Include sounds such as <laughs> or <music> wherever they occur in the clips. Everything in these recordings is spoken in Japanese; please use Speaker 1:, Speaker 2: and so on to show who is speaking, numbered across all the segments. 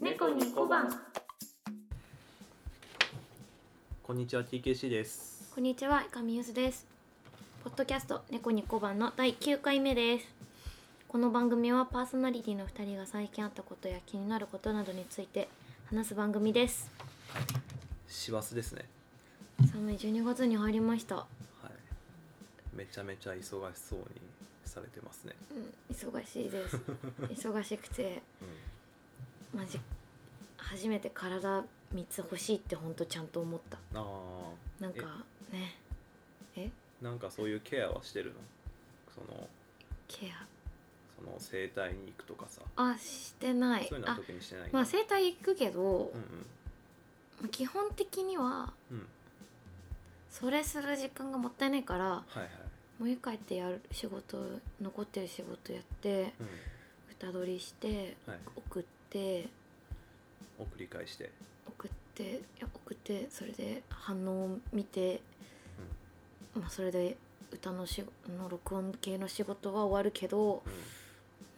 Speaker 1: 夜に小判
Speaker 2: こんにちは TKC です
Speaker 1: こんにちは、いかみゆすです。ポッドキャスト猫に小判の第9回目です。この番組はパーソナリティの2人が最近あったことや気になることなどについて話す番組です。
Speaker 2: 師走ですね
Speaker 1: 寒い12月に入りました。
Speaker 2: はいめちゃめちゃ忙しそうにされてますね、
Speaker 1: うん、忙しい
Speaker 2: <laughs>
Speaker 1: です。忙しくて、マジ初めて体3つ欲しいってほんとちゃんと思った。
Speaker 2: あ
Speaker 1: なんかね、え
Speaker 2: あなんかそういうケアはしてるのその
Speaker 1: ケ
Speaker 2: その整体に行くとかさ
Speaker 1: アあしてない。
Speaker 2: そういうのは
Speaker 1: あ
Speaker 2: 特にしてないんだ
Speaker 1: まあ整体行くけど
Speaker 2: う、ん
Speaker 1: 基本的には
Speaker 2: うんうん
Speaker 1: それする時間がもったいないから
Speaker 2: はいはい
Speaker 1: もう家帰ってやる仕事残ってる仕事やって
Speaker 2: うん
Speaker 1: 歌取りして
Speaker 2: はい
Speaker 1: 送って
Speaker 2: を繰り返して
Speaker 1: 送っていや送ってそれで反応を見て、まあ、それで歌のしの録音系の仕事は終わるけど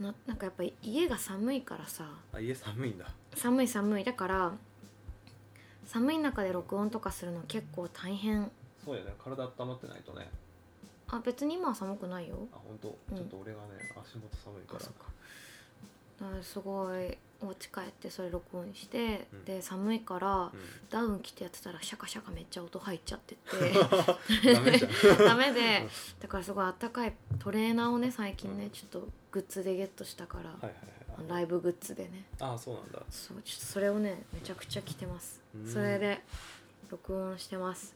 Speaker 2: うん
Speaker 1: ななんかやっぱり家が寒いからさ
Speaker 2: あ家寒いんだ
Speaker 1: 寒い寒いだから寒い中で録音とかするの結構大変
Speaker 2: そうよね体温まってないとね
Speaker 1: あ別に今は寒くないよ
Speaker 2: あ本当、
Speaker 1: うん
Speaker 2: ちょっと俺がね足元寒いか
Speaker 1: あ
Speaker 2: ら
Speaker 1: そうかだからすごいお家帰ってそれ録音して、
Speaker 2: うん
Speaker 1: で寒いから
Speaker 2: うん
Speaker 1: ダウン着てやってたらシャカシャカめっちゃ音入っちゃって
Speaker 2: <laughs> ダ
Speaker 1: <laughs>
Speaker 2: メじゃん
Speaker 1: てダメでだからすごいあったかいトレーナーをね最近ね、
Speaker 2: うん
Speaker 1: ちょっとグッズでゲットしたから、
Speaker 2: はいはいはい
Speaker 1: ライブグッズでね
Speaker 2: ああそうなんだ
Speaker 1: そうちょっとそれをねめちゃくちゃ着てます、
Speaker 2: うん
Speaker 1: それで録音してます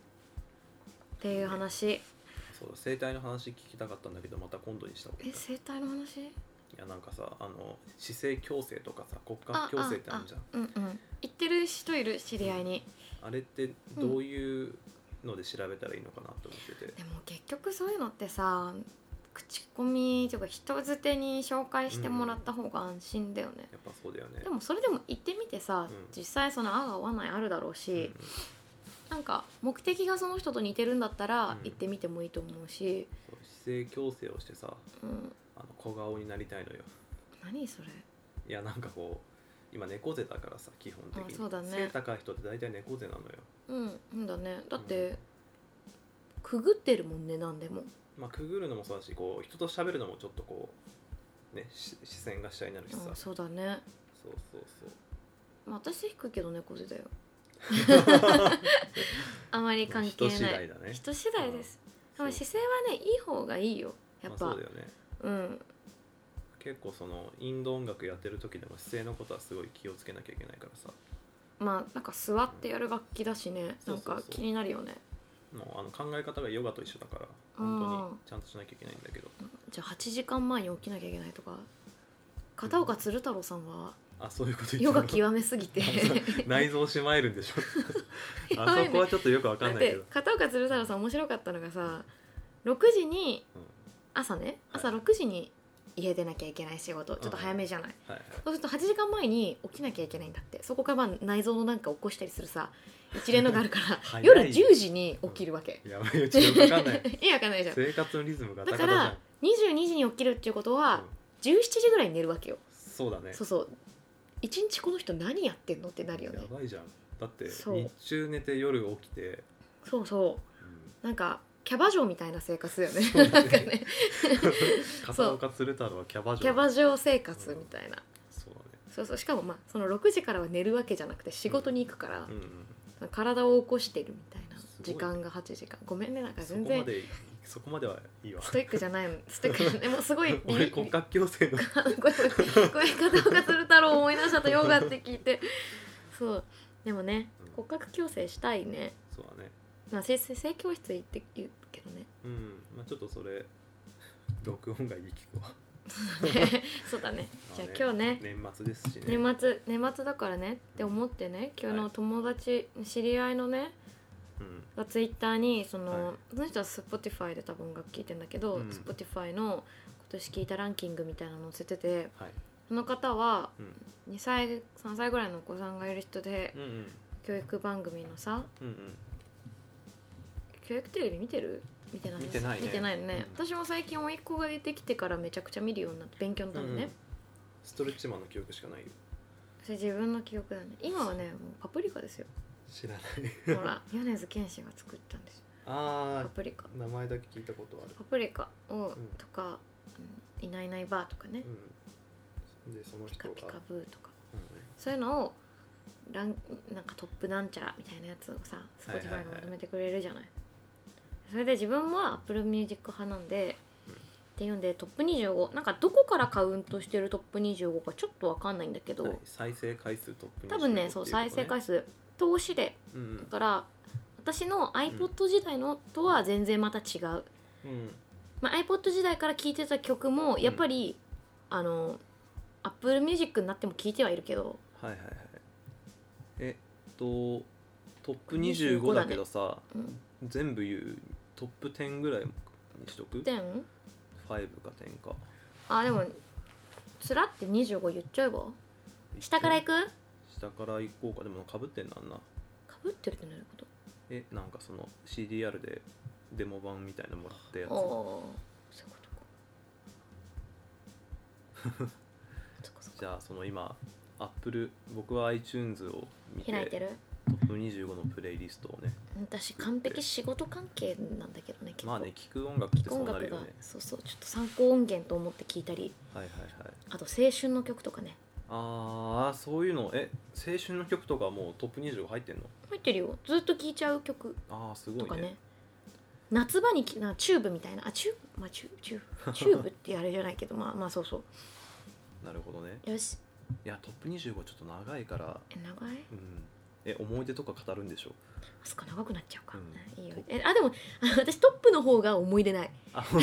Speaker 1: っていう話
Speaker 2: そう整体の話聞きたかったんだけどまた今度にした方がい
Speaker 1: え
Speaker 2: いか
Speaker 1: 整体の話
Speaker 2: いやなんかさあの姿勢矯正とかさ骨格矯正ってあるじゃんあ
Speaker 1: うんうん行ってる人いる知り合いに、
Speaker 2: れってどういうので調べたらいいのかなと思ってて、
Speaker 1: でも結局そういうのってさ口コミというか人づてに紹介してもらった方が安心だよね、
Speaker 2: やっぱそうだよね
Speaker 1: でもそれでも行ってみてさ、
Speaker 2: うん
Speaker 1: 実際その合う合わないあるだろう
Speaker 2: うんう
Speaker 1: し
Speaker 2: ん、
Speaker 1: なんか目的がその人と似てるんだった
Speaker 2: う
Speaker 1: ら
Speaker 2: ん
Speaker 1: 行ってみてもいいと思うし、
Speaker 2: そう姿勢矯正をしてさ
Speaker 1: うん、
Speaker 2: あの小顔になりたいのよ
Speaker 1: 何それ
Speaker 2: いやなんかこう今猫背だからさ基本的に
Speaker 1: あそうだね
Speaker 2: 背高い人って大体猫背なのよ
Speaker 1: うんうんだねだって、くぐってるもんね何でも
Speaker 2: まあくぐるのもそうだしこう人と喋るのもちょっとこうねし視線が下になるしさ
Speaker 1: あそうだね、
Speaker 2: そうそうそう
Speaker 1: まあ、私低いけど猫背
Speaker 2: <laughs>
Speaker 1: だよあまり関係
Speaker 2: 人次
Speaker 1: ない
Speaker 2: 第だね
Speaker 1: 人次第です、でも
Speaker 2: そう
Speaker 1: 姿勢はねいい方がいいよやっぱ、
Speaker 2: まあそうだよね
Speaker 1: うん
Speaker 2: 結構そのインド音楽やってる時でも姿勢のことはすごい気をつけなきゃいけないからさ
Speaker 1: まあなんか座ってやる楽器だしね
Speaker 2: そ
Speaker 1: な
Speaker 2: うんそうそ
Speaker 1: か
Speaker 2: う
Speaker 1: 気になるよね
Speaker 2: もうあの考え方がヨガと一緒だから
Speaker 1: うん
Speaker 2: 本当にちゃんとしなきゃいけないんだけど
Speaker 1: じゃあ8時間前に起きなきゃいけないとか片岡鶴太郎さんは
Speaker 2: あそういうこと言
Speaker 1: ヨ
Speaker 2: って
Speaker 1: ガ
Speaker 2: た
Speaker 1: 極めすぎ
Speaker 2: <laughs>
Speaker 1: て
Speaker 2: 内臓しまえるんでしょ
Speaker 1: <laughs> やば
Speaker 2: あ
Speaker 1: いね
Speaker 2: そこはちょっとよくわか
Speaker 1: だ
Speaker 2: ん
Speaker 1: っ
Speaker 2: ないけ
Speaker 1: て
Speaker 2: ど
Speaker 1: 片岡鶴太郎さん面白かったのがさ6時に朝ね
Speaker 2: はい
Speaker 1: 朝6時に家出なきゃいけない仕事ちょっと早めじゃない、
Speaker 2: はいはい
Speaker 1: そうすると8時間前に起きなきゃいけないんだってそこからまあ内臓のなんか起こしたりするさ一連のがあるから
Speaker 2: 早い
Speaker 1: 夜10時に起きるわけ、
Speaker 2: やばいよちょっとよくわかんない
Speaker 1: <laughs> 意味わかんないじゃん
Speaker 2: 生活のリズムが
Speaker 1: だか
Speaker 2: 高々じゃん
Speaker 1: ら22時に起きるっていうことは
Speaker 2: うん
Speaker 1: 17時ぐらいに寝るわけよ、
Speaker 2: そうだね
Speaker 1: そうそう一日この人何やってんのってなるよ
Speaker 2: や
Speaker 1: ね
Speaker 2: ばいじゃんだって
Speaker 1: そう
Speaker 2: 日中寝て夜起きて、
Speaker 1: そうそう
Speaker 2: うん
Speaker 1: なんかキャバ嬢みたいな生活だよね
Speaker 2: そう
Speaker 1: <laughs> な
Speaker 2: だ
Speaker 1: ん
Speaker 2: ね
Speaker 1: かね
Speaker 2: 片岡鶴太郎はキャバ嬢
Speaker 1: キャバ嬢生活みたいな、
Speaker 2: そうだね
Speaker 1: そうそうしかもまあその6時からは寝るわけじゃなくて仕事に行くから
Speaker 2: う、んうん
Speaker 1: 体を起こしてるみたいな
Speaker 2: すご
Speaker 1: 時
Speaker 2: い
Speaker 1: 間が8時間ごめんねなんか
Speaker 2: そこ
Speaker 1: 全
Speaker 2: ま
Speaker 1: 然
Speaker 2: でそこまではいいわ
Speaker 1: ストイックじゃないストイックじゃないもうすごい
Speaker 2: <laughs> 俺骨格矯正の
Speaker 1: あごめんごめん片岡鶴太郎を思い出しちゃったヨガって聞いてそうでもね
Speaker 2: うん
Speaker 1: 骨格矯正したいね
Speaker 2: そうだね
Speaker 1: まあ整整整教室行って言うけどね
Speaker 2: <laughs> うんまあちょっとそれ録音がいい気候
Speaker 1: そうだねじゃあ
Speaker 2: ま
Speaker 1: 今
Speaker 2: あね
Speaker 1: 日ね
Speaker 2: 年末ですしね
Speaker 1: 年末年末だからねって思ってね今日の友達、知り合いのね
Speaker 2: うん
Speaker 1: がツイッターにその、
Speaker 2: はい
Speaker 1: その人は Spotify で多分楽聴いてんだけど、
Speaker 2: うん
Speaker 1: Spotify の今年聴いたランキングみたいなの載せてて
Speaker 2: はい
Speaker 1: その方は
Speaker 2: うん
Speaker 1: 2歳3歳ぐらいのお子さんがいる人で
Speaker 2: うんうん
Speaker 1: 教育番組のさ
Speaker 2: うんうん
Speaker 1: 教育テレビ見てる見てない
Speaker 2: 見てないね
Speaker 1: 見てないのね、
Speaker 2: う
Speaker 1: 私も最近甥っ子が出てきてからめちゃくちゃ見るようになって勉強になったのね、
Speaker 2: ストレッチマンの記憶しかないよ
Speaker 1: それ自分の記憶だね今はねもうパプリカ
Speaker 2: <laughs>
Speaker 1: ですよ
Speaker 2: 知らない
Speaker 1: ほら米津玄師が作ったんですよパ
Speaker 2: あ
Speaker 1: プリカ
Speaker 2: あ名前だけ聞いたことある
Speaker 1: パプリカを、
Speaker 2: ん
Speaker 1: とか、うんいないいないバーとかね、
Speaker 2: うんでその
Speaker 1: ピカピ
Speaker 2: 人が
Speaker 1: カブーとか
Speaker 2: う
Speaker 1: そういうのをランなんかトップなんちゃらみたいなやつをさ Spotify がまとめてくれるじゃない,、それで自分は Apple Music 派なんで、
Speaker 2: うん
Speaker 1: っていうんでトップ25なんかどこからカウントしてるトップ25かちょっとわかんないんだけど、
Speaker 2: んはい再生回数トップに
Speaker 1: 多分ねそう再生回数投資で
Speaker 2: 数うん
Speaker 1: だから私の iPod 時代のとは全然また違う、
Speaker 2: うん
Speaker 1: まあ、iPod 時代から聴いてた曲もやっぱり、あの Apple Music になっても聴いてはいるけど
Speaker 2: はいはいはいえっとトップ25だけどさ、
Speaker 1: うん
Speaker 2: 全部言うトップ10ぐらいにしとく5
Speaker 1: 10
Speaker 2: か10か
Speaker 1: あでもつらって25言っちゃえば下から行く
Speaker 2: 下から行こうかでもかぶってんなあんな
Speaker 1: かぶってるってなるこ
Speaker 2: えなんかその CDR でデモ版みたいなのもらったや
Speaker 1: と
Speaker 2: つ
Speaker 1: ああそういうことかそっかそっか
Speaker 2: じゃあその今アップル僕は iTunes を見て
Speaker 1: 開いてる
Speaker 2: トップ25のプレイリストをね
Speaker 1: 私完璧仕事関係なんだけどね結構、
Speaker 2: まあね聴く音楽ってそ
Speaker 1: 音
Speaker 2: うな
Speaker 1: 楽
Speaker 2: るよ
Speaker 1: が
Speaker 2: ね
Speaker 1: そうそうちょっと参考音源と思って聞いたり
Speaker 2: はいはいはい
Speaker 1: あと青春の曲とかね
Speaker 2: ああそういうのえ青春の曲とかもうトップ25入ってんの
Speaker 1: 入ってるよずっと聴いちゃう曲
Speaker 2: ああす
Speaker 1: と
Speaker 2: ごい
Speaker 1: か
Speaker 2: ね
Speaker 1: ね夏場にきなチューブみたいなあチューブまあチューブチューブチューブってあれじゃないけどまあまあそうそ
Speaker 2: なるほどね
Speaker 1: うよし
Speaker 2: いやトップ25ちょっと長いから
Speaker 1: え長い
Speaker 2: うんえ思い出とか語るんでしょ <laughs>
Speaker 1: あそっか長くなっちゃうか、
Speaker 2: うん
Speaker 1: いいよえあでもあ <laughs> 私トップの方が思い出ない
Speaker 2: あ本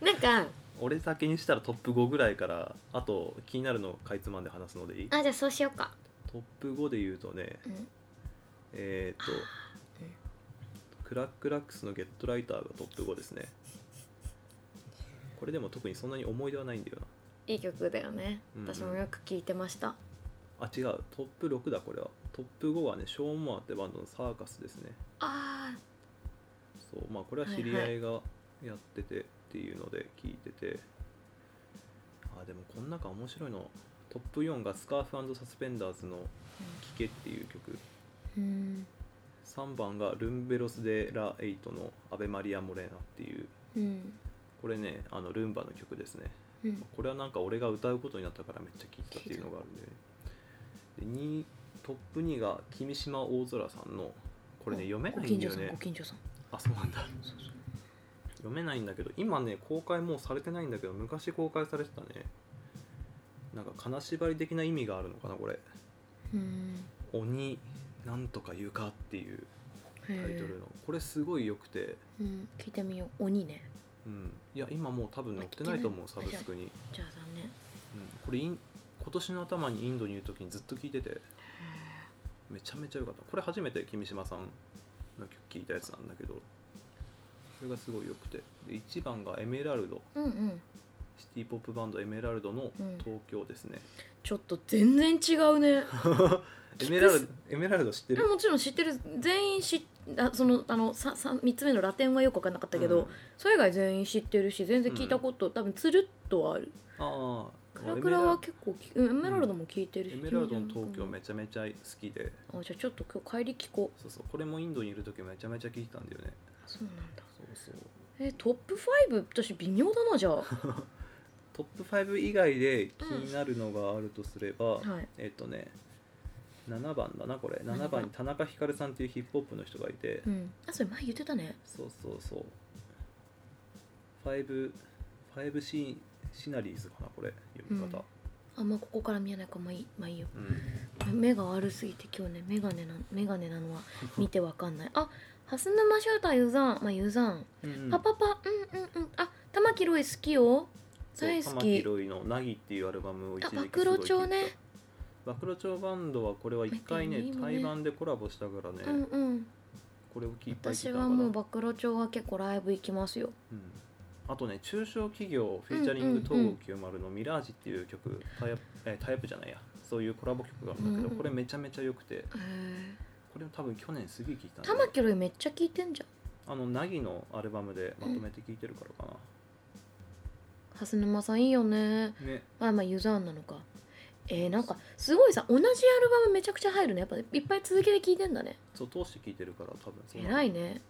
Speaker 2: 当
Speaker 1: なんか
Speaker 2: 俺先にしたらトップ5ぐらいからあと気になるのかいつまんで話すのでいい
Speaker 1: あじゃあそうしようか、
Speaker 2: トップ5で言うとね
Speaker 1: うん、
Speaker 2: えーっとクラックラックスのゲットライターがトップ5ですねこれでも特にそんなに思い出はないんだよ
Speaker 1: いい曲だよね
Speaker 2: うんうん
Speaker 1: 私もよく聴いてました、
Speaker 2: なあ違うトップ6だこれはトップ5はねショーン・モアってバンドのサーカスですね
Speaker 1: ああ
Speaker 2: そうまあこれは知り合いがやっててっていうので聞いてて、あでもこの中面白いのトップ4がスカーフサスペンダーズの「聴け」っていう曲
Speaker 1: うん
Speaker 2: 3番がルンベロス・デ・ラ・エイトの「アベマリア・モレーナ」っていう
Speaker 1: うん
Speaker 2: これねあのルンバの曲ですね
Speaker 1: うん
Speaker 2: これはなんか俺が歌うことになったからめっちゃ聴いてたっていうのがあるんで,、でにトップ2が君島大空さんのこれね読めないんだよね
Speaker 1: ご近所さん
Speaker 2: あそうなんだ
Speaker 1: ご近所さんそうそう
Speaker 2: 読めないんだけど今ね公開もうされてないんだけど昔公開されてたねなんか金縛り的な意味があるのかなこれ
Speaker 1: うん
Speaker 2: 「鬼なんとか床」っていう
Speaker 1: へ
Speaker 2: タイトルのこれすごい良くて、
Speaker 1: ーうん、聞いてみよう鬼ね
Speaker 2: うん、いや今もう多分載ってないと思うサブスクに、うん、
Speaker 1: じゃあ残念
Speaker 2: これイン今年の頭にインドにいる時にずっと聴いててめちゃめちゃ良かったこれ初めて君島さんの曲聴いたやつなんだけどこれがすごい良くてで1番が「エメラルド」
Speaker 1: うんうん
Speaker 2: シティポップバンドエメラルドの
Speaker 1: うん
Speaker 2: 東京ですね、
Speaker 1: ちょっと全然違うね <laughs>
Speaker 2: エメラルドエメラルド知って
Speaker 1: で
Speaker 2: る
Speaker 1: ももちろん知ってる全員知っあそのあのささ三つ目のラテンはよく分かんなかったけど、
Speaker 2: うん
Speaker 1: それ以外全員知ってるし全然聞いたこと、多分つるっとはある
Speaker 2: ああ
Speaker 1: クラクラは結構きうんエメラルドも聞いてるし、
Speaker 2: エメラルドの東京
Speaker 1: め
Speaker 2: めちゃめちゃ好きで
Speaker 1: あじゃあちょっと今日帰り聞こう
Speaker 2: そうそうこれもインドにいる時めちゃめちゃ聴いてたんだよね
Speaker 1: そうなんだ
Speaker 2: そうそう
Speaker 1: えトップ5私微妙だな
Speaker 2: <laughs>
Speaker 1: じゃあは
Speaker 2: トップ5以外で気になるのがあるとすれば、
Speaker 1: い
Speaker 2: えっとね7番だなこれ7番に田中ひかるさんっていうヒップホップの人がいて、
Speaker 1: うんあそれ前言ってたね
Speaker 2: そうそうそう5 5シシナリーズかなこれ読み方、
Speaker 1: あんまここから見えないかまあいいまあいいよ
Speaker 2: うん、
Speaker 1: 目が悪すぎて今日ね眼鏡な眼鏡なのは見てわかんないあ蓮沼翔太ユザンまあユザン
Speaker 2: うん
Speaker 1: パパパうんうんうんあ玉木ロイ好きよ
Speaker 2: そう
Speaker 1: 大好
Speaker 2: 玉木
Speaker 1: き
Speaker 2: ロイの「なぎ」っていうアルバムを一時期
Speaker 1: あ暴露町ね
Speaker 2: すごい聴いてた暴露町バンドはこれは一回ね
Speaker 1: 入ってるね今ね
Speaker 2: 対バンでコラボしたからね、
Speaker 1: うんうん
Speaker 2: これを聞いたり
Speaker 1: 私
Speaker 2: たか
Speaker 1: は
Speaker 2: ら
Speaker 1: もう暴露町は結構ライブ行きますよ
Speaker 2: うんあとね中小企業フィーチャリング
Speaker 1: うんうんう
Speaker 2: 東
Speaker 1: ん
Speaker 2: 郷90の「ミラージュっていう曲タイアップえータイアップじゃないやそういうコラボ曲があるんだけど、
Speaker 1: うんうん
Speaker 2: これめちゃめちゃ良くて
Speaker 1: へえ
Speaker 2: これ多分去年すげえ聴いたんだよ
Speaker 1: 玉木ロイめっちゃ聞いてんじゃん
Speaker 2: あのナギのアルバムでまとめて聴いてるからかな、
Speaker 1: 蓮沼さんいいよね
Speaker 2: ね
Speaker 1: あまあユザーンなのかえー、なんかすごいさ同じアルバムめちゃくちゃ入るねやっぱいっぱい続けて聴いてんだね
Speaker 2: そう通して聞いてるから多分そうな
Speaker 1: 偉
Speaker 2: のっ
Speaker 1: いね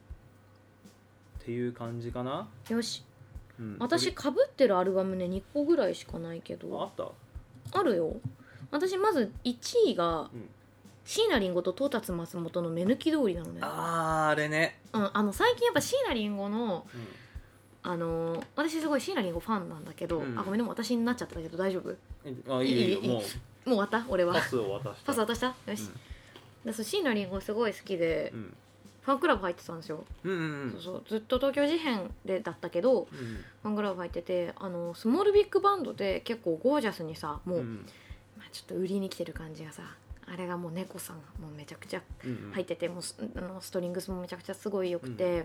Speaker 2: ていう感じかな、
Speaker 1: よし
Speaker 2: うん、
Speaker 1: 私
Speaker 2: 鳥
Speaker 1: かぶってるアルバムね2個ぐらいしかないけ
Speaker 2: ああ
Speaker 1: ど
Speaker 2: った
Speaker 1: あるよ私まず1位が
Speaker 2: うん
Speaker 1: 椎名林檎とトータツ松本の目抜き通りなのね
Speaker 2: あーあれね、
Speaker 1: うん、あの最近やっぱ椎名林檎の、
Speaker 2: うん
Speaker 1: あのー私すごい椎名林檎ファンなんだけど、
Speaker 2: うん
Speaker 1: あごめんねもう私になっちゃったんだけど大丈夫も
Speaker 2: あいいよいいよ
Speaker 1: いいいい
Speaker 2: もう
Speaker 1: う終わった俺は
Speaker 2: パスを渡した
Speaker 1: パス渡したよし、
Speaker 2: うん
Speaker 1: でそう椎名林檎すごい好きで、
Speaker 2: うん
Speaker 1: ファンクラブ入ってたんですよ、
Speaker 2: うんうん
Speaker 1: そうそうずっと東京事変でだったけど
Speaker 2: うんうん
Speaker 1: ファンクラブ入っててあのスモールビッグバンドで結構ゴージャスにさもう、
Speaker 2: うん
Speaker 1: まあ、ちょっと売りに来てる感じがさあれがもう猫さんがもうめちゃくちゃ
Speaker 2: うん
Speaker 1: 入ってて、もうすあのストリングスもめちゃくちゃすごい良くて、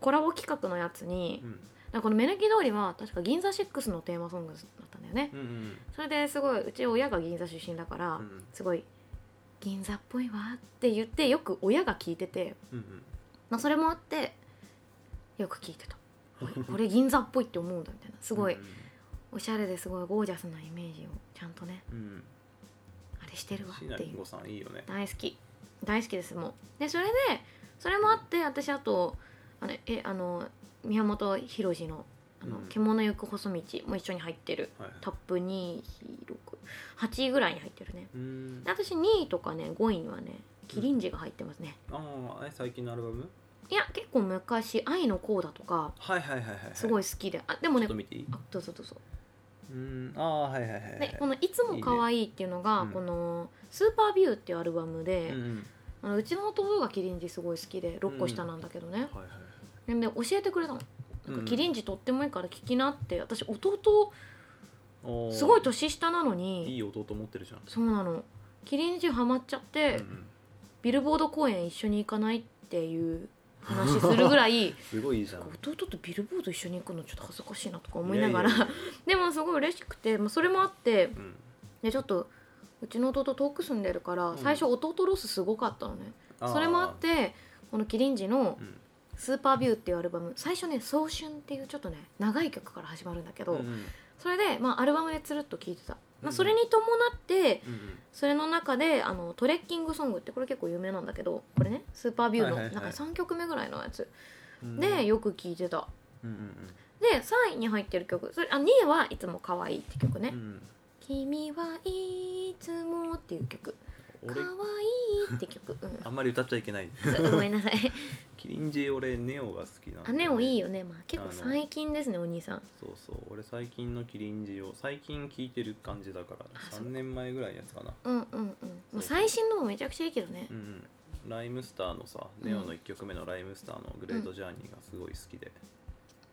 Speaker 1: コラボ企画のやつに、
Speaker 2: うん
Speaker 1: なんかこの「目抜き通り」は確か銀座6のテーマソングだったんだよね、
Speaker 2: うんうん
Speaker 1: それですごいうち親が銀座出身だから、
Speaker 2: うんうん
Speaker 1: すごい「銀座っぽいわ」って言ってよく親が聞いてて、
Speaker 2: うん
Speaker 1: まあ、それもあってよく聞いて
Speaker 2: <laughs>
Speaker 1: た
Speaker 2: うん
Speaker 1: これ銀座っぽいって思うんだみたいなすごい
Speaker 2: うん
Speaker 1: おしゃれですごいゴージャスなイメージをちゃんとね
Speaker 2: うん
Speaker 1: あれしてるわ
Speaker 2: 椎
Speaker 1: っ
Speaker 2: 名
Speaker 1: て
Speaker 2: 林
Speaker 1: いう
Speaker 2: 檎さんいいよね
Speaker 1: 大好き大好きですもんでそれでそれもあって私あとあのえあの宮本浩次の「あの
Speaker 2: うん
Speaker 1: 獣行く細道」も一緒に入ってる
Speaker 2: はい
Speaker 1: タップ2 6 8位ぐらいに入ってるね
Speaker 2: うん
Speaker 1: で私2位とかね5位にはねキリンジが入ってますね、
Speaker 2: あーあれ最近のアルバム
Speaker 1: いや結構昔「愛のこうだ」とか
Speaker 2: はいはいはいはいは
Speaker 1: すご
Speaker 2: い
Speaker 1: い好きで、あでもね
Speaker 2: ちょっと見ていい
Speaker 1: あどうぞどうぞ
Speaker 2: うんああーはいはいはいはい
Speaker 1: でこの「いつも可愛いっていうのが
Speaker 2: いいね
Speaker 1: この「スーパービュー」っていうアルバムで、
Speaker 2: うんうん
Speaker 1: あのうちの弟がキリンジすごい好きで6個下なんだけどね、
Speaker 2: はいはい
Speaker 1: で教えてくれたのなん
Speaker 2: う
Speaker 1: か
Speaker 2: ん
Speaker 1: キリンジとってもいいから聞きなって私弟
Speaker 2: おー
Speaker 1: すごい年下なのに
Speaker 2: いい弟持ってるじゃん
Speaker 1: そうなのキリンジハマっちゃって、
Speaker 2: うんうん
Speaker 1: ビルボード公演一緒に行かないっていう話するぐら
Speaker 2: <laughs>
Speaker 1: い
Speaker 2: すごいいいじゃん
Speaker 1: 弟とビルボード一緒に行くのちょっと恥ずかしいなとか思いながら
Speaker 2: やや
Speaker 1: <laughs> でもすごい嬉しくて、まあ、それもあって
Speaker 2: やうん
Speaker 1: でちょっとうちの弟遠く住んでるから、
Speaker 2: ん
Speaker 1: 最初弟ロスすごかったのね
Speaker 2: あー
Speaker 1: それもあってこのキリンジの
Speaker 2: うん
Speaker 1: 「スーパービュー」っていうアルバム最初ね「早春」っていうちょっとね長い曲から始まるんだけど、
Speaker 2: うんうん
Speaker 1: それで、まあ、アルバムでつるっと聴いてた、
Speaker 2: う
Speaker 1: まあ、
Speaker 2: ん
Speaker 1: それに伴って
Speaker 2: うんうん
Speaker 1: それの中であのトレッキングソングってこれ結構有名なんだけどこれね「スーパービュー」の
Speaker 2: はいはい
Speaker 1: な
Speaker 2: は
Speaker 1: ん
Speaker 2: い
Speaker 1: か3曲目ぐらいのやつ
Speaker 2: うん
Speaker 1: でよく聴いてた
Speaker 2: うんうん
Speaker 1: で3位に入ってる曲それあ2位はいつも可愛いって曲ね
Speaker 2: うんうん
Speaker 1: 「君はいつも」っていう曲「可
Speaker 2: 俺
Speaker 1: 愛いって
Speaker 2: <laughs>
Speaker 1: 曲、うん
Speaker 2: あんまり歌っちゃいけない
Speaker 1: そう、ごめんなさい
Speaker 2: キリンジ俺ネオが好きなんだ
Speaker 1: あ
Speaker 2: よね
Speaker 1: ネオいいよねまあ結構
Speaker 2: あの
Speaker 1: 最近ですねお兄さん
Speaker 2: そうそう俺最近のキリンジを最近聴いてる感じだから
Speaker 1: あそう
Speaker 2: 3年前ぐらいのやつかな
Speaker 1: うんうんうん、まあ、最新のもめちゃくちゃいいけどね
Speaker 2: うんうんライムスターのさネオの1曲目のライムスターのグレートジャーニーがすごい好きで、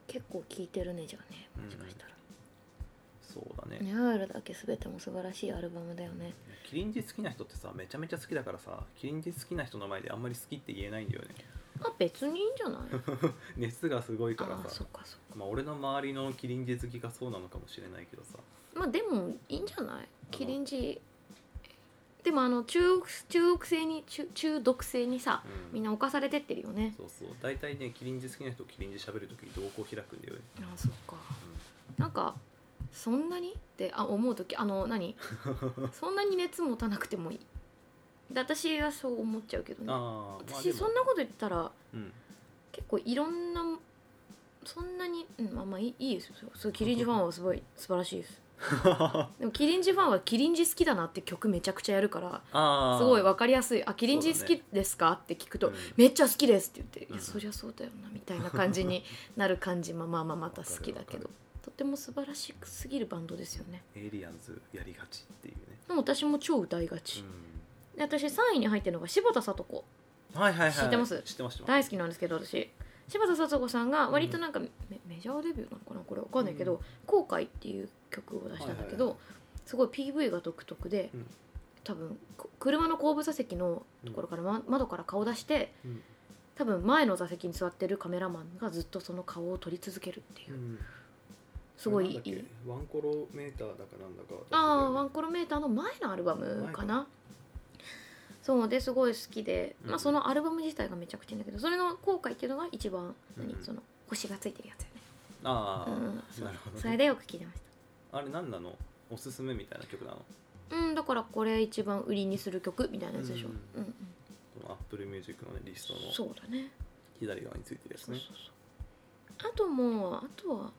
Speaker 1: 結構聴いてるねじゃあねもしかしたら、
Speaker 2: そうだね
Speaker 1: ネオールだけ全ても素晴らしいアルバムだよね
Speaker 2: キリンジ好きな人ってさめちゃめちゃ好きだからさキリンジ好きな人の前であんまり好きって言えないんだよね <laughs>
Speaker 1: あ別にいいんじゃない
Speaker 2: 熱がすごい
Speaker 1: あ
Speaker 2: から
Speaker 1: あそ
Speaker 2: さ
Speaker 1: っかそっ
Speaker 2: まあ、俺の周りのキリンジ好きがそうなのかもしれないけどさ
Speaker 1: かまあでもいいんじゃないキリンジでもあの中毒中毒性に中中毒性にさ
Speaker 2: うん
Speaker 1: みんな侵されてってるよね
Speaker 2: そうそう大体ねキリンジ好きな人キリンジ喋るときに動向開くんだよね、
Speaker 1: ああそっかなんかそんなにってあ思う時あの <laughs> 何そんなに熱持たなくてもいいで私はそう思っちゃうけど
Speaker 2: うん
Speaker 1: ね
Speaker 2: ああ
Speaker 1: 私そんなこと言ったら <laughs>
Speaker 2: うん
Speaker 1: 結構いろんなそんなに、うん、まあまあいいいいですよそうキリンジファンはすごい素晴らしいですでもキリンジファンはキリンジ好きだなって曲めちゃくちゃやるから
Speaker 2: ああ
Speaker 1: すごい分かりやすい「あキリンジ好
Speaker 2: そうだ
Speaker 1: き
Speaker 2: ね
Speaker 1: ですか?」って聞くと「
Speaker 2: うん
Speaker 1: めっちゃ好きです」って言って「いや
Speaker 2: うん
Speaker 1: そりゃそうだよな」みたいな感じになる感じまあまあまあまた好きだけ
Speaker 2: わかるわか
Speaker 1: どとても素晴らしくすぎるバンドですよね
Speaker 2: エイリアンズやりがちっていうね、
Speaker 1: でも私も超歌いがち、で私3位に入ってるのが柴田聡子
Speaker 2: うん、はいはいはい
Speaker 1: 知ってます
Speaker 2: 知ってます知ってます
Speaker 1: 大好きなんですけど私柴田聡子さんが割となんかメ,、メジャーデビューなのかなこれわかんないけど「
Speaker 2: う
Speaker 1: 後悔」っていう曲を出したんだけど、
Speaker 2: はい
Speaker 1: すごい PV が独特で、
Speaker 2: うん
Speaker 1: 多分こ車の後部座席のところから、ま窓から顔出して
Speaker 2: うん
Speaker 1: 多分前の座席に座ってるカメラマンがずっとその顔を撮り続けるっていうう、
Speaker 2: ん
Speaker 1: すごい
Speaker 2: なんだっ
Speaker 1: い
Speaker 2: け
Speaker 1: い
Speaker 2: ワンコロメーターだかなんだか
Speaker 1: ああーワ
Speaker 2: ン
Speaker 1: ンコロメーターの前のアルバムか
Speaker 2: 前
Speaker 1: なそうですごい好きで、
Speaker 2: うん
Speaker 1: まあ、そのアルバム自体がめちゃくちゃいいんだけどそれの後悔っていうのが一番、
Speaker 2: うん
Speaker 1: 何その星がついてるやつよね
Speaker 2: ああ、
Speaker 1: うん、そう
Speaker 2: なるほど、ね、
Speaker 1: それでよく聞いてまし
Speaker 2: あれ何なのおすすめみたいな曲なの
Speaker 1: たうんだからこれ一番売りにする曲みたいなやつでしょ、う
Speaker 2: うんん
Speaker 1: うん
Speaker 2: この Apple Music の、ね、リストの
Speaker 1: そうだね
Speaker 2: 左側についてるやつ
Speaker 1: そう
Speaker 2: ね
Speaker 1: そうそうあともうあとは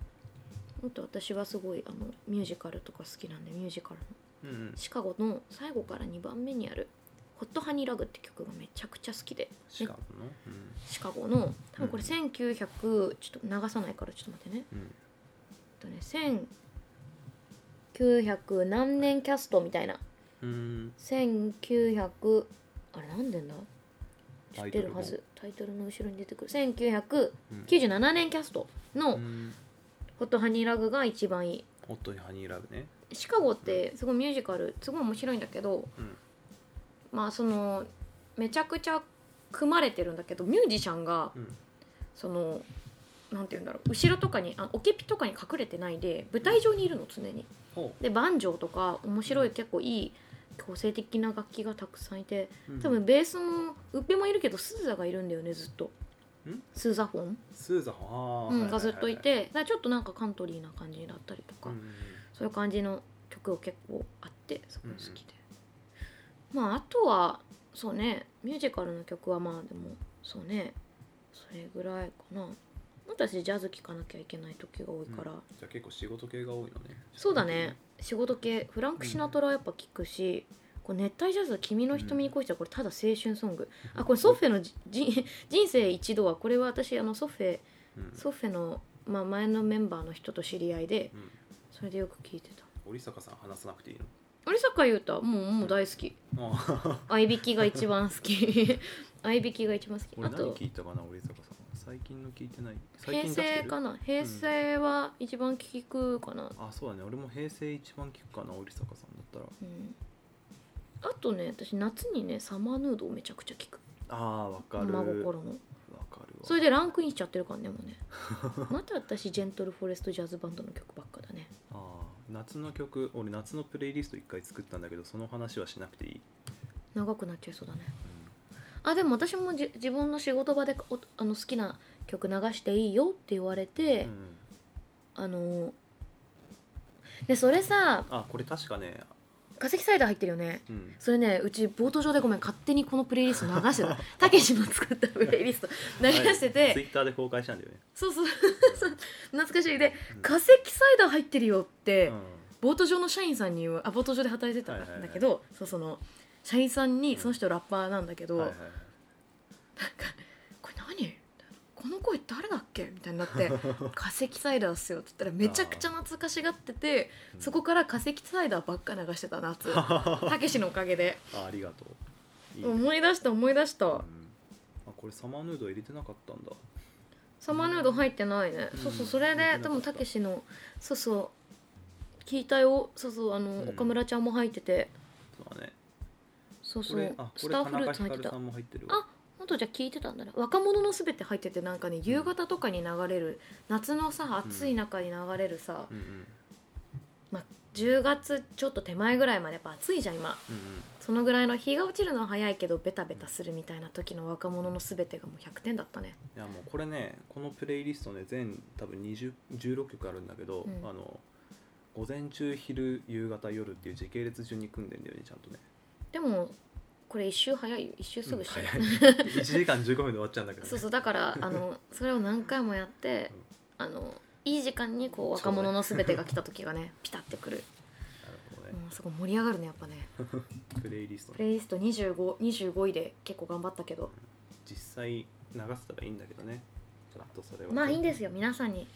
Speaker 1: あと私はすごいあのミュージカルとか好きなんでミュージカルの
Speaker 2: うんうん
Speaker 1: シカゴの最後から2番目にある「ホットハニーラグ」って曲がめちゃくちゃ好きで
Speaker 2: シカゴのうん
Speaker 1: シカゴの多分これ
Speaker 2: うん
Speaker 1: 1900、ちょっと流さないからちょっと待ってね
Speaker 2: うん
Speaker 1: えっとね1900何年キャストみたいな
Speaker 2: うん
Speaker 1: 1900あれなんでんだ知
Speaker 2: タ
Speaker 1: っ
Speaker 2: イ
Speaker 1: て
Speaker 2: トル
Speaker 1: る
Speaker 2: も
Speaker 1: はずタイトルの後ろに出てくる1997
Speaker 2: うん
Speaker 1: 年キャスト
Speaker 2: う
Speaker 1: の
Speaker 2: ん
Speaker 1: 「ホットハニーラグ」が一番いい
Speaker 2: ホットにハニーラブね
Speaker 1: シカゴってすごいミュージカルすごい面白いんだけど
Speaker 2: うん
Speaker 1: まあそのめちゃくちゃ組まれてるんだけどミュージシャンが
Speaker 2: うん
Speaker 1: そのなんて言うんだろう後ろとかにあオケピとかに隠れてないで舞台上にいるの常に。
Speaker 2: ほ
Speaker 1: でバンジョーとか面白い結構いい個性的な楽器がたくさんいて
Speaker 2: ううん
Speaker 1: 多分ベースもウッペもいるけどスーザがいるんだよねずっと
Speaker 2: ん。
Speaker 1: スーザフォン、
Speaker 2: スーザンあー
Speaker 1: う
Speaker 2: は
Speaker 1: ん、が
Speaker 2: いはいはいはい
Speaker 1: ずっといてだからちょっとなんかカントリーな感じだったりとか、
Speaker 2: うんうん
Speaker 1: そういう感じの曲を結構あってすごい好きで、まああとはそうねミュージカルの曲はまあでもそうねそれぐらいかな私ジャズ聴かなきゃいけない時が多いから、
Speaker 2: うんじゃあ結構仕事系が多いのね
Speaker 1: そうだね仕事系フランク・シナトラはやっぱ聞くし、こう熱帯ジャズ「君の瞳に恋した」これただ青春ソング、あこれソフェのじ人人生一度はこれは私あのソフェ
Speaker 2: うん
Speaker 1: ソフェの、まあ、前のメンバーの人と知り合いで
Speaker 2: うん
Speaker 1: それでよく聞いてた
Speaker 2: 織坂さん話さなくていい
Speaker 1: 有坂優太もうもう大好き
Speaker 2: のあー
Speaker 1: 合いびきが一番好き合いびきが一番好き
Speaker 2: 俺
Speaker 1: あ
Speaker 2: 何
Speaker 1: と
Speaker 2: 聞いたかな織坂さん最近の聞いてない最
Speaker 1: 平
Speaker 2: 近出して
Speaker 1: 成
Speaker 2: る
Speaker 1: かな平成は一番聞くかな、
Speaker 2: あそうだね俺も平成一番聞くかな織坂さんだったら
Speaker 1: うん、あとね私夏にねサマーヌードをめちゃくちゃ聞く
Speaker 2: あーわかる
Speaker 1: 真
Speaker 2: わかるわ
Speaker 1: 心のそれでランクインしちゃってるからねも
Speaker 2: <laughs>
Speaker 1: うねまた私ジェントルフォレストジャズバンドの曲ばっかだね
Speaker 2: あー夏の曲俺夏のプレイリスト一回作ったんだけどその話はしなくていい、
Speaker 1: 長くなっちゃいそうだねあでも私もじ自分の仕事場でおあの好きな曲流していいよって言われ
Speaker 2: う
Speaker 1: て、
Speaker 2: んうん
Speaker 1: あのーでそれさ
Speaker 2: あこれ確かね
Speaker 1: 化石サイダー入ってるよね
Speaker 2: うん
Speaker 1: それねうち冒頭上でごめん勝手にこのプレイリスト流して
Speaker 2: <laughs>
Speaker 1: たたけしの作ったプレイリスト流してて、
Speaker 2: ツイッターで公開したんだよね
Speaker 1: <laughs> そうそうそう懐かしいで
Speaker 2: うん
Speaker 1: 化石サイダー入ってるよって、
Speaker 2: うん
Speaker 1: ボート上の社員さんにあボート上で働いてた
Speaker 2: はいはい
Speaker 1: ん
Speaker 2: は
Speaker 1: だ
Speaker 2: い
Speaker 1: けど、そうその社員さんに、
Speaker 2: うん
Speaker 1: その人ラッパーなんだけど、
Speaker 2: はいはいはい
Speaker 1: これ何みたいなこの声誰だっけみたいにな
Speaker 2: <laughs>
Speaker 1: って「化石サイダーっすよ」って言ったらめちゃくちゃ懐かしがってて
Speaker 2: うん
Speaker 1: そこから化石サイダーばっか流してた夏
Speaker 2: <laughs>
Speaker 1: たけしのおかげで
Speaker 2: あありがとういいね
Speaker 1: 思い出した思い出し
Speaker 2: うん
Speaker 1: た
Speaker 2: あこれサマーヌード入れてなかったんだ
Speaker 1: サマーヌード入ってないね、
Speaker 2: うん
Speaker 1: そうそうそれ
Speaker 2: 入ってな
Speaker 1: で
Speaker 2: かった
Speaker 1: 多分たけしのそうそう聞いたよそうそうあの、
Speaker 2: うん
Speaker 1: 岡村ちゃんも入ってて
Speaker 2: そうだね
Speaker 1: そう
Speaker 2: こ
Speaker 1: そ
Speaker 2: れ
Speaker 1: う
Speaker 2: あこ
Speaker 1: ス
Speaker 2: れ
Speaker 1: タ
Speaker 2: 田
Speaker 1: ーフルー
Speaker 2: 中
Speaker 1: ツ
Speaker 2: ひ
Speaker 1: 入
Speaker 2: か
Speaker 1: って
Speaker 2: る
Speaker 1: た
Speaker 2: さんも入ってる
Speaker 1: あ本当じゃあ聞いてたんだな若者のすべて入っててなんかね夕方とかに流れる夏のさ暑い中に流れるさ、
Speaker 2: うんうんうん
Speaker 1: 10月ちょっと手前ぐらいまでやっぱ暑いじゃん今
Speaker 2: うん
Speaker 1: そのぐらいの日が落ちるのは早いけどベタベタするみたいな時の若者のすべてがもう100点だったね
Speaker 2: いやもうこれねこのプレイリストね全多分20 16曲あるんだけど、
Speaker 1: うん
Speaker 2: あの午前中昼夕方夜っていう時系列順に組んでんだよねちゃんとね
Speaker 1: でもこれ一周早いよ一周すぐしちゃ
Speaker 2: 早
Speaker 1: う
Speaker 2: い1時間15分で終わっちゃうんだけど、ね、
Speaker 1: <laughs> そうそうだからあのそれを何回もやってあのいい時間にこう若者のすべてが来た時がねピタってくる
Speaker 2: なるほどね
Speaker 1: もうすごい盛り上がるねやっぱね
Speaker 2: プレイリスト
Speaker 1: プ
Speaker 2: ね
Speaker 1: レイリスト25 25位で結構頑張ったけど
Speaker 2: 実際流せたらいいんだけどねちょっとそれは
Speaker 1: まあいいんですよ皆さんに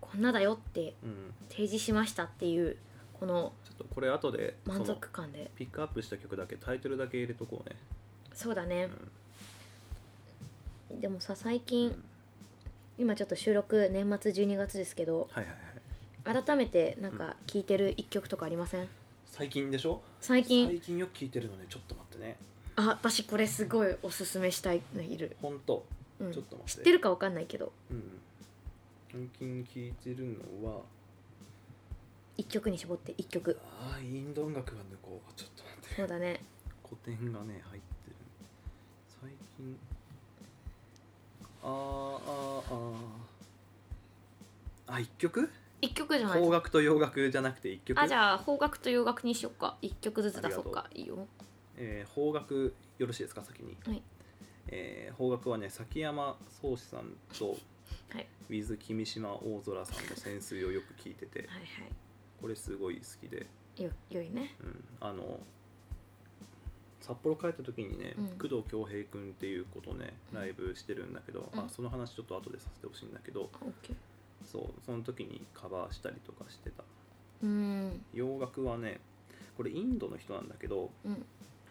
Speaker 1: こんなだよって
Speaker 2: うん
Speaker 1: 提示しましたっていうこの
Speaker 2: ちょっとこれ後でそ
Speaker 1: 満
Speaker 2: の
Speaker 1: 足感で
Speaker 2: ピックアップした曲だけタイトルだけ入れとこうね、
Speaker 1: そうだ
Speaker 2: う
Speaker 1: ね
Speaker 2: ん、
Speaker 1: でもさ最
Speaker 2: うん
Speaker 1: 近、今ちょっと収録年末12月ですけど
Speaker 2: はいはいはい
Speaker 1: 改めてなんか聴いてる一曲とかありません
Speaker 2: 最近でしょ
Speaker 1: 最近
Speaker 2: 最近よく聴いてるのねちょっと待ってね
Speaker 1: あ私これすごいおすすめしたいのいる、
Speaker 2: ほんと
Speaker 1: うん、
Speaker 2: ちょっと待って
Speaker 1: 知ってるかわかんないけど
Speaker 2: うん最近聴いてるのは
Speaker 1: 一曲に絞って一曲
Speaker 2: ああインド音楽が抜こうちょっと待って
Speaker 1: そうだね
Speaker 2: 古典がね入ってる最近あーあーあーあ一曲
Speaker 1: 一曲じゃない
Speaker 2: 邦楽と洋楽じゃなくて1曲
Speaker 1: あじゃあ邦楽と洋楽にしよっか一曲ずつ出そ
Speaker 2: あ
Speaker 1: う
Speaker 2: りが
Speaker 1: かいいよ
Speaker 2: えー邦楽よろしいですか先に、
Speaker 1: はい
Speaker 2: えー邦楽はね崎山壮志さんと
Speaker 1: はい
Speaker 2: with 君島大空さんの潜水をよく聞いてて
Speaker 1: はい
Speaker 2: これすごい好きで、
Speaker 1: はいよよいね
Speaker 2: うん、あの札幌帰った時にね、
Speaker 1: うん
Speaker 2: 工藤恭平君っていう子とね
Speaker 1: うん
Speaker 2: ライブしてるんだけど、
Speaker 1: う
Speaker 2: あ
Speaker 1: ん
Speaker 2: その話ちょっと後でさせてほしいんだけど
Speaker 1: あ OK
Speaker 2: そうその時にカバーしたりとかしてた
Speaker 1: うーん
Speaker 2: 洋楽はねこれインドの人なんだけど
Speaker 1: うん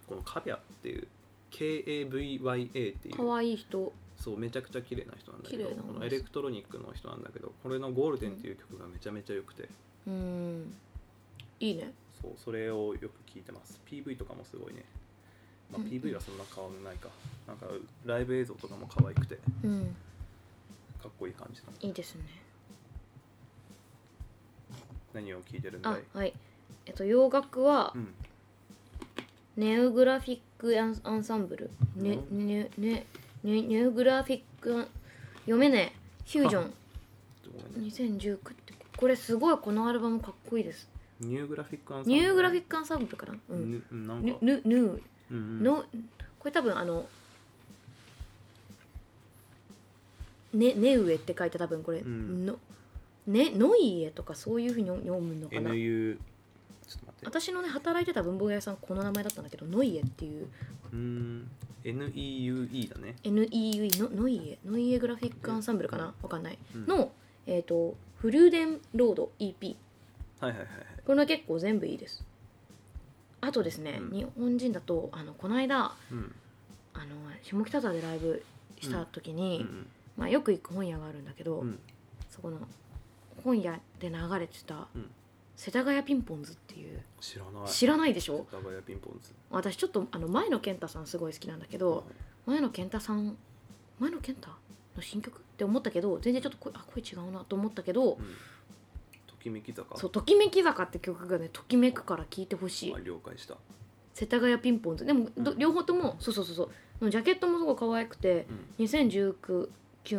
Speaker 2: このカビャっていう KAVYA っていう
Speaker 1: 可愛い人
Speaker 2: そうめちゃくちゃ綺麗な人なんだけ
Speaker 1: 綺
Speaker 2: ど
Speaker 1: 麗な
Speaker 2: こ
Speaker 1: 女
Speaker 2: のエレクトロニックの人なんだけどこれの「ゴールデン」っていう曲がめちゃめちゃ良くて、
Speaker 1: うーんいいね
Speaker 2: そうそれをよく聞いてます PV とかもすごいね、まあ、
Speaker 1: うんうん
Speaker 2: PV はそんな変わらないかなんかライブ映像とかも可愛くて
Speaker 1: うん
Speaker 2: かっこいい感じの
Speaker 1: いいですね
Speaker 2: 何を聞いてるんだ
Speaker 1: あ
Speaker 2: い
Speaker 1: はいえっと洋楽は
Speaker 2: うん
Speaker 1: ネオグラフィックアンアンサンブルね
Speaker 2: う
Speaker 1: ねねねネオグラフィックアン読めねえフュージョン
Speaker 2: ちょっとごめんね
Speaker 1: 2019ってこれすごいこのアルバムかっこいいです
Speaker 2: ニューグラフィックアンサンブ
Speaker 1: ニューグラフィ
Speaker 2: ッ
Speaker 1: ックアンサンブルかなうん
Speaker 2: クうんなん
Speaker 1: ぬ
Speaker 2: か
Speaker 1: ぬぬ
Speaker 2: うんうん
Speaker 1: のこれ多分あの「ねねうえ」って書いて多分これ「
Speaker 2: うん
Speaker 1: のねのいえ」とかそういうふうに読むのかな
Speaker 2: NU ちょっと待って
Speaker 1: 私のね働いてた文房具屋さんこの名前だったんだけど「のいえ」っていう
Speaker 2: うーん NEUE だね
Speaker 1: NEUE ののいえのいえグラフィックアンサンブルかなわかんない、
Speaker 2: うん
Speaker 1: のえっ、とフルーデンロード EP
Speaker 2: はいはいはいはい
Speaker 1: これは結構全部いいですあとですね、
Speaker 2: うん
Speaker 1: 日本人だとあのこの間
Speaker 2: うん
Speaker 1: あの下北沢でライブした時
Speaker 2: う
Speaker 1: に、
Speaker 2: ん
Speaker 1: まあ、よく行く本屋があるんだけど、
Speaker 2: うんうん
Speaker 1: そこの本屋で流れてた
Speaker 2: うん
Speaker 1: 「世田谷ピンポンズ」っていう
Speaker 2: 知らない
Speaker 1: 知らないでしょ
Speaker 2: 世田谷ピンポンズ
Speaker 1: 私ちょっとあの前野健太さんすごい好きなんだけど前野健太さん前野健太の新曲って思ったけど全然ちょっと声あ声違うなと思ったけど
Speaker 2: う、んときめき坂
Speaker 1: そう「ときめき坂」って曲がねときめくから聴いてほしい
Speaker 2: あ了解した
Speaker 1: 世田谷ピンポンズでもど
Speaker 2: うん
Speaker 1: 両方ともそうそうそうそうジャケットもすごい可愛くて
Speaker 2: うん
Speaker 1: 2019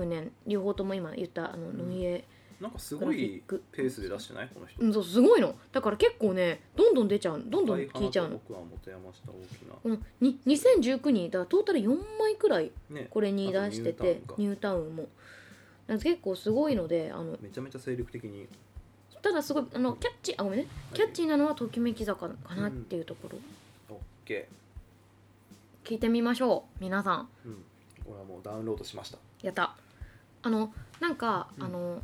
Speaker 1: 年両方とも今言ったあのノイエ
Speaker 2: なんかす
Speaker 1: グラ
Speaker 2: ご
Speaker 1: フィ
Speaker 2: い
Speaker 1: ック
Speaker 2: ペースで出してないこの人
Speaker 1: うん、そうすごいのだから結構ねどんどん出ちゃうどんどん
Speaker 2: 赤
Speaker 1: 聞いちゃう
Speaker 2: 花
Speaker 1: の
Speaker 2: と僕は持て余した大きな
Speaker 1: このに2019人だからトータル4枚くらい
Speaker 2: ね
Speaker 1: これに出してて
Speaker 2: あと
Speaker 1: ニ
Speaker 2: ニ
Speaker 1: ュータウンもだから結構すごいのであの
Speaker 2: めちゃめちゃ精力的に
Speaker 1: ただすごいあのキャッチあごめんねキャッチーなのはときめき坂かなっていうところ、
Speaker 2: オッケ
Speaker 1: 聞いてみましょう皆さん
Speaker 2: ーうんこれはもうダウンロードしました
Speaker 1: やったあのなんか、
Speaker 2: うん
Speaker 1: あの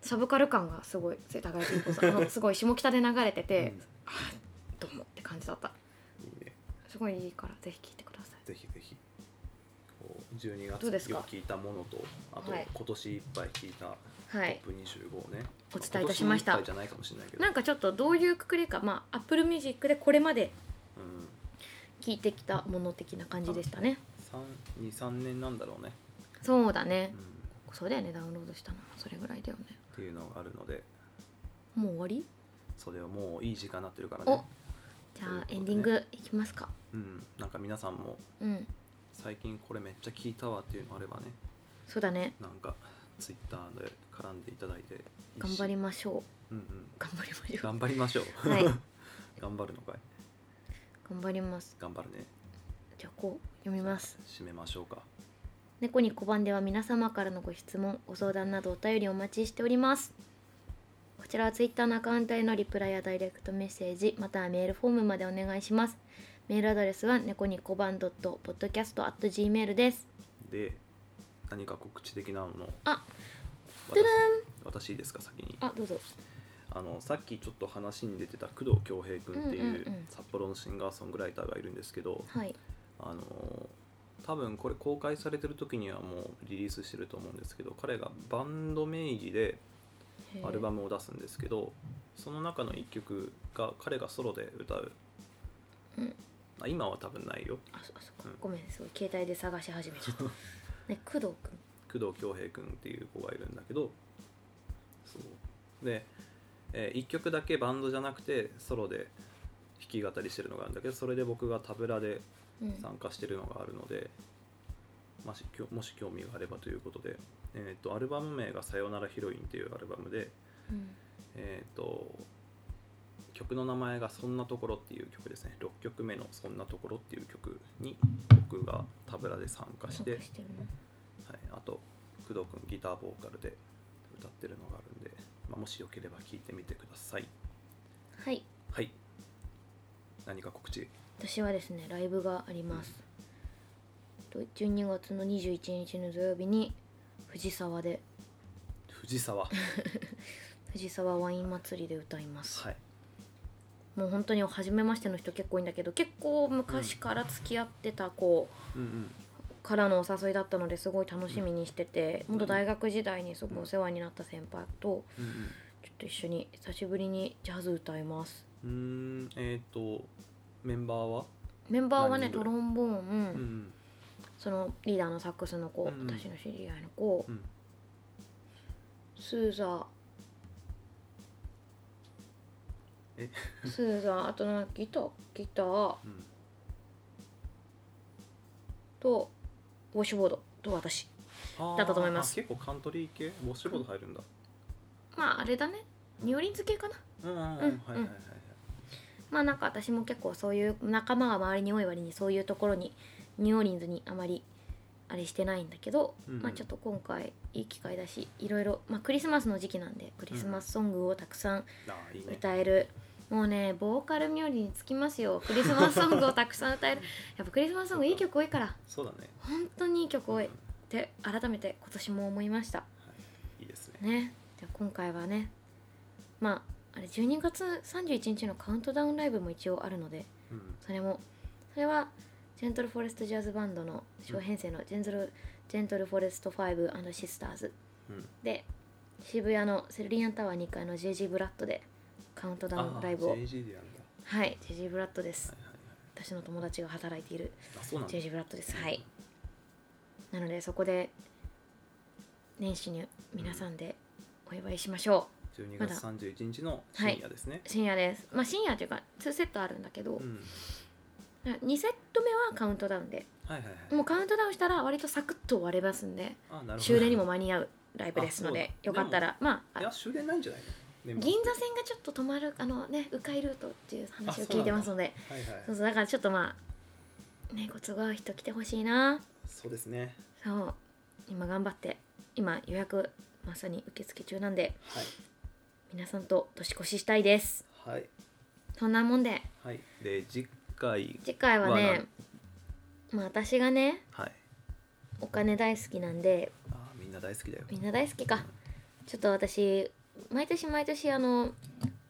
Speaker 1: サブカル感がすごい世田谷ピンポン
Speaker 2: <laughs>
Speaker 1: さんあのすごい下北で流れてて、
Speaker 2: うん
Speaker 1: あどうもって感じだった
Speaker 2: いいね
Speaker 1: すごいいいからぜひ聞いてください
Speaker 2: ぜひぜひこう12月
Speaker 1: どうですか
Speaker 2: よく聞いたものとあと
Speaker 1: はい
Speaker 2: 今年いっぱい聞いた
Speaker 1: はい
Speaker 2: トップ25ね
Speaker 1: お伝えいたしました
Speaker 2: 今年のいっぱいじゃないかもしれないけど
Speaker 1: なんかちょっとどういうくくりかまあ Apple Music でこれまで
Speaker 2: うん
Speaker 1: 聞いてきたもの的な感じでしたね
Speaker 2: 23年なんだろうね
Speaker 1: そうだ
Speaker 2: う
Speaker 1: ね
Speaker 2: ん
Speaker 1: そうだよねダウンロードしたのそれぐらいだよね
Speaker 2: っていうのがあるので
Speaker 1: もう終わり
Speaker 2: それはもういい時間になってるからね
Speaker 1: じゃ
Speaker 2: という
Speaker 1: あ
Speaker 2: ことで
Speaker 1: エンディングいきますか
Speaker 2: うんなんか皆さんも
Speaker 1: うん
Speaker 2: 最近これめっちゃ聞いたわっていうのあればね
Speaker 1: そうだね
Speaker 2: なんかツイッターで絡んでいただいていいし
Speaker 1: 頑張りましょ
Speaker 2: うんうん
Speaker 1: う頑張りましょう
Speaker 2: 頑張りましょう、
Speaker 1: はい
Speaker 2: <laughs> 頑張るのかい
Speaker 1: 頑張ります
Speaker 2: 頑張るね
Speaker 1: じゃあこう読みます
Speaker 2: 締めましょうか
Speaker 1: 猫に小判では皆様からのご質問ご相談などお便りお待ちしておりますこちらはツイッターのアカウントへのリプライやダイレクトメッセージまたはメールフォームまでお願いしますメールアドレスは猫に小判 .podcast.gmail です
Speaker 2: で何か告知的なの
Speaker 1: あ
Speaker 2: 私
Speaker 1: ドゥル
Speaker 2: 私いいですか先に
Speaker 1: ンあどうぞ
Speaker 2: あのさっきちょっと話に出てた工藤恭平君っていう
Speaker 1: うんうんうん
Speaker 2: 札幌のシンガーソングライターがいるんですけど、
Speaker 1: はい
Speaker 2: あのー多分これ公開されてる時にはもうリリースしてると思うんですけど彼がバンド名義でアルバ
Speaker 1: ム
Speaker 2: ムを出すんですけどその中の1曲が彼がソロで歌う、
Speaker 1: うん
Speaker 2: あ今は多分ないよ
Speaker 1: あそあそっか
Speaker 2: うん
Speaker 1: ごめんすごい携帯で探し始め
Speaker 2: <laughs>
Speaker 1: ちゃったね工藤くん
Speaker 2: 工藤恭平君っていう子がいるんだけどそうで、え1曲だけバンドじゃなくてソロで弾き語りしてるのがあるんだけどそれで僕がタブラで
Speaker 1: うん
Speaker 2: 参加してるのがあるので、まあしきょもし興味があればということで、えー、とアルバム名が「さよならヒロイン」っていうアルバムで
Speaker 1: うん
Speaker 2: えっ、と曲の名前が「そんなところ」っていう曲ですね6曲目の「そんなところ」っていう曲に僕がタブラで参加して、はい
Speaker 1: 参加、してるの
Speaker 2: あと工藤君ギターボーカルで歌ってるのがあるんで、まあ、もしよければ聴いてみてください
Speaker 1: はい
Speaker 2: はい何か告知
Speaker 1: 私はですねライブがあります、と12月の21日の土曜日に藤沢で <laughs>
Speaker 2: 藤沢は
Speaker 1: 藤沢ワイン祭りで歌います、
Speaker 2: い
Speaker 1: もう本当に初めましての人結構多いんだけど結構昔から付き合ってた子
Speaker 2: うんうん
Speaker 1: からのお誘いだったのですごい楽しみにしてて
Speaker 2: うん
Speaker 1: 元大学時代にすごいお世話になった先輩と
Speaker 2: うんうん
Speaker 1: ちょっと一緒に久しぶりにジャズ歌います
Speaker 2: うーんえっ、とメンバーは
Speaker 1: メンバーはね
Speaker 2: 何人
Speaker 1: ト
Speaker 2: ぐら
Speaker 1: ロ
Speaker 2: い
Speaker 1: ンボーン、
Speaker 2: うん
Speaker 1: そのリーダーのサックスの子、
Speaker 2: うん
Speaker 1: 私の知り合いの子、
Speaker 2: うん
Speaker 1: スーザー
Speaker 2: え
Speaker 1: スーザーあとなんかギターギター
Speaker 2: うん
Speaker 1: とウォッシュボードと私
Speaker 2: あー
Speaker 1: だったと思います
Speaker 2: あ結構カントリー系ウォッシュボード入るんだ
Speaker 1: まああれだねニオリンズ系かな
Speaker 2: うんうんうんはい
Speaker 1: うん
Speaker 2: はいはいはい
Speaker 1: まあなんか私も結構そういう仲間が周りに多い割にそういうところにニューオーリンズにあまりあれしてないんだけど、
Speaker 2: うん
Speaker 1: まあちょっと今回いい機会だしいろいろ、まあ、クリスマスの時期なんでクリスマスソングをたくさん
Speaker 2: あーいいね
Speaker 1: 歌える、もうねボーカル冥利につきますよクリスマスソングをたくさん歌えるやっぱクリスマスソングいい曲多いから
Speaker 2: そうだね
Speaker 1: 本当にいい曲多いっ
Speaker 2: うん
Speaker 1: て改めて今年も思いました
Speaker 2: いいですね
Speaker 1: ねじゃあ今回はねまああれ12月31日のカウントダウンライブも一応あるので
Speaker 2: うん
Speaker 1: それもそれはジェントルフォレストジャズバンドの小編成のジェントル、ジェントルフォレスト5シスターズ
Speaker 2: うん
Speaker 1: で渋谷のセルリアンタワー2階の JG ブラッドでカウントダウンライブ
Speaker 2: あ
Speaker 1: を
Speaker 2: ー JG でやるんだ
Speaker 1: はい JG ブラッドです
Speaker 2: はいはいはい
Speaker 1: 私の友達が働いている
Speaker 2: あそうなんだ
Speaker 1: JG ブラッドですはいなのでそこで年始に皆さんでお祝いしましょ
Speaker 2: 12
Speaker 1: まだ
Speaker 2: 月31日の深夜ですね
Speaker 1: う深夜ですまあ深夜というか2セットあるんだけど
Speaker 2: う、ん
Speaker 1: 2セット目はカウントダウンで
Speaker 2: はいはいはい
Speaker 1: もうカウントダウンしたら割とサクッと終われますんで
Speaker 2: あなるほど
Speaker 1: 終電にも間に合うライブですので
Speaker 2: あそ
Speaker 1: よ
Speaker 2: うだ
Speaker 1: かったらまあ
Speaker 2: いや終電ないんじゃないの年末
Speaker 1: 銀座線がちょっと止まるあのね迂回ルートっていう話を
Speaker 2: あそう
Speaker 1: 聞
Speaker 2: な
Speaker 1: い
Speaker 2: んだ
Speaker 1: てますので
Speaker 2: はいはい
Speaker 1: そうそうだからちょっとまあねご都合合う人来てほしいな
Speaker 2: そうですね
Speaker 1: そう今頑張って今予約まさに受付中なんで
Speaker 2: はい
Speaker 1: 皆さんと年越ししたいです
Speaker 2: はい
Speaker 1: そんなもんで
Speaker 2: はいで次回
Speaker 1: 次回は
Speaker 2: わ
Speaker 1: ね
Speaker 2: な
Speaker 1: まあ私がね
Speaker 2: はい
Speaker 1: お金大好きなんで
Speaker 2: あーみんな大好きだよ
Speaker 1: みんな大好きかちょっと私毎年毎年あの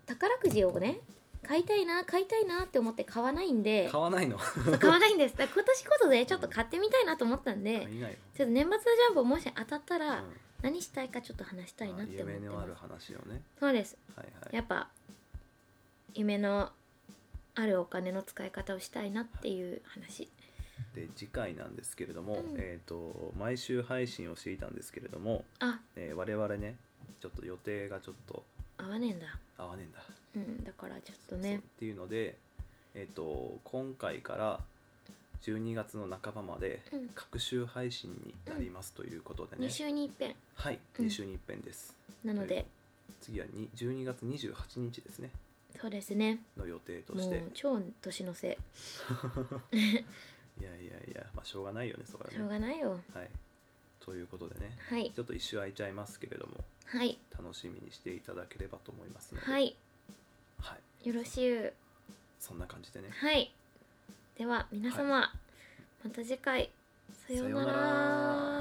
Speaker 1: 宝くじをね買いたいな買いたいなって思って買わないんで
Speaker 2: 買わないの
Speaker 1: そう買わないんですだから今年こそでちょっと買ってみたいなと思ったんで、
Speaker 2: 買 <laughs> いないよ
Speaker 1: ちょっと年末ジャンボもし当たったら
Speaker 2: うん
Speaker 1: 何したいかちょっと話したいなって思って
Speaker 2: 夢の
Speaker 1: ま
Speaker 2: あ
Speaker 1: す
Speaker 2: る話をね
Speaker 1: そうです
Speaker 2: はいはい
Speaker 1: やっぱ夢のあるお金の使い方をしたいなっていう話
Speaker 2: で次回なんですけれども、
Speaker 1: うん
Speaker 2: えー、と毎週配信をしていたんですけれども、
Speaker 1: あ
Speaker 2: えー我々ねちょっと予定がちょっと
Speaker 1: 合わねえんだ
Speaker 2: 合わねえんだ、
Speaker 1: うんだからちょっと
Speaker 2: そう
Speaker 1: ね
Speaker 2: っていうので、えー、と今回から12月の半ばまで
Speaker 1: うん
Speaker 2: 各週配信になりますということでね、
Speaker 1: 2週に一遍
Speaker 2: はい
Speaker 1: うん
Speaker 2: 2週に一遍です、
Speaker 1: なので
Speaker 2: 次はに12月28日ですね
Speaker 1: そうですね
Speaker 2: の予定と
Speaker 1: も
Speaker 2: して
Speaker 1: う超年のせ
Speaker 2: いやいやいや、まあ、しょうがないよねそこは
Speaker 1: しょう
Speaker 2: ね
Speaker 1: がないよ
Speaker 2: はいということでね
Speaker 1: はい
Speaker 2: ちょっと一周空いちゃいますけれども
Speaker 1: はい
Speaker 2: 楽しみにしていただければと思いますので、
Speaker 1: はい
Speaker 2: はい
Speaker 1: よろしゅう
Speaker 2: そんな感じでね。
Speaker 1: はいでは皆様、また次回さような
Speaker 2: さような
Speaker 1: ら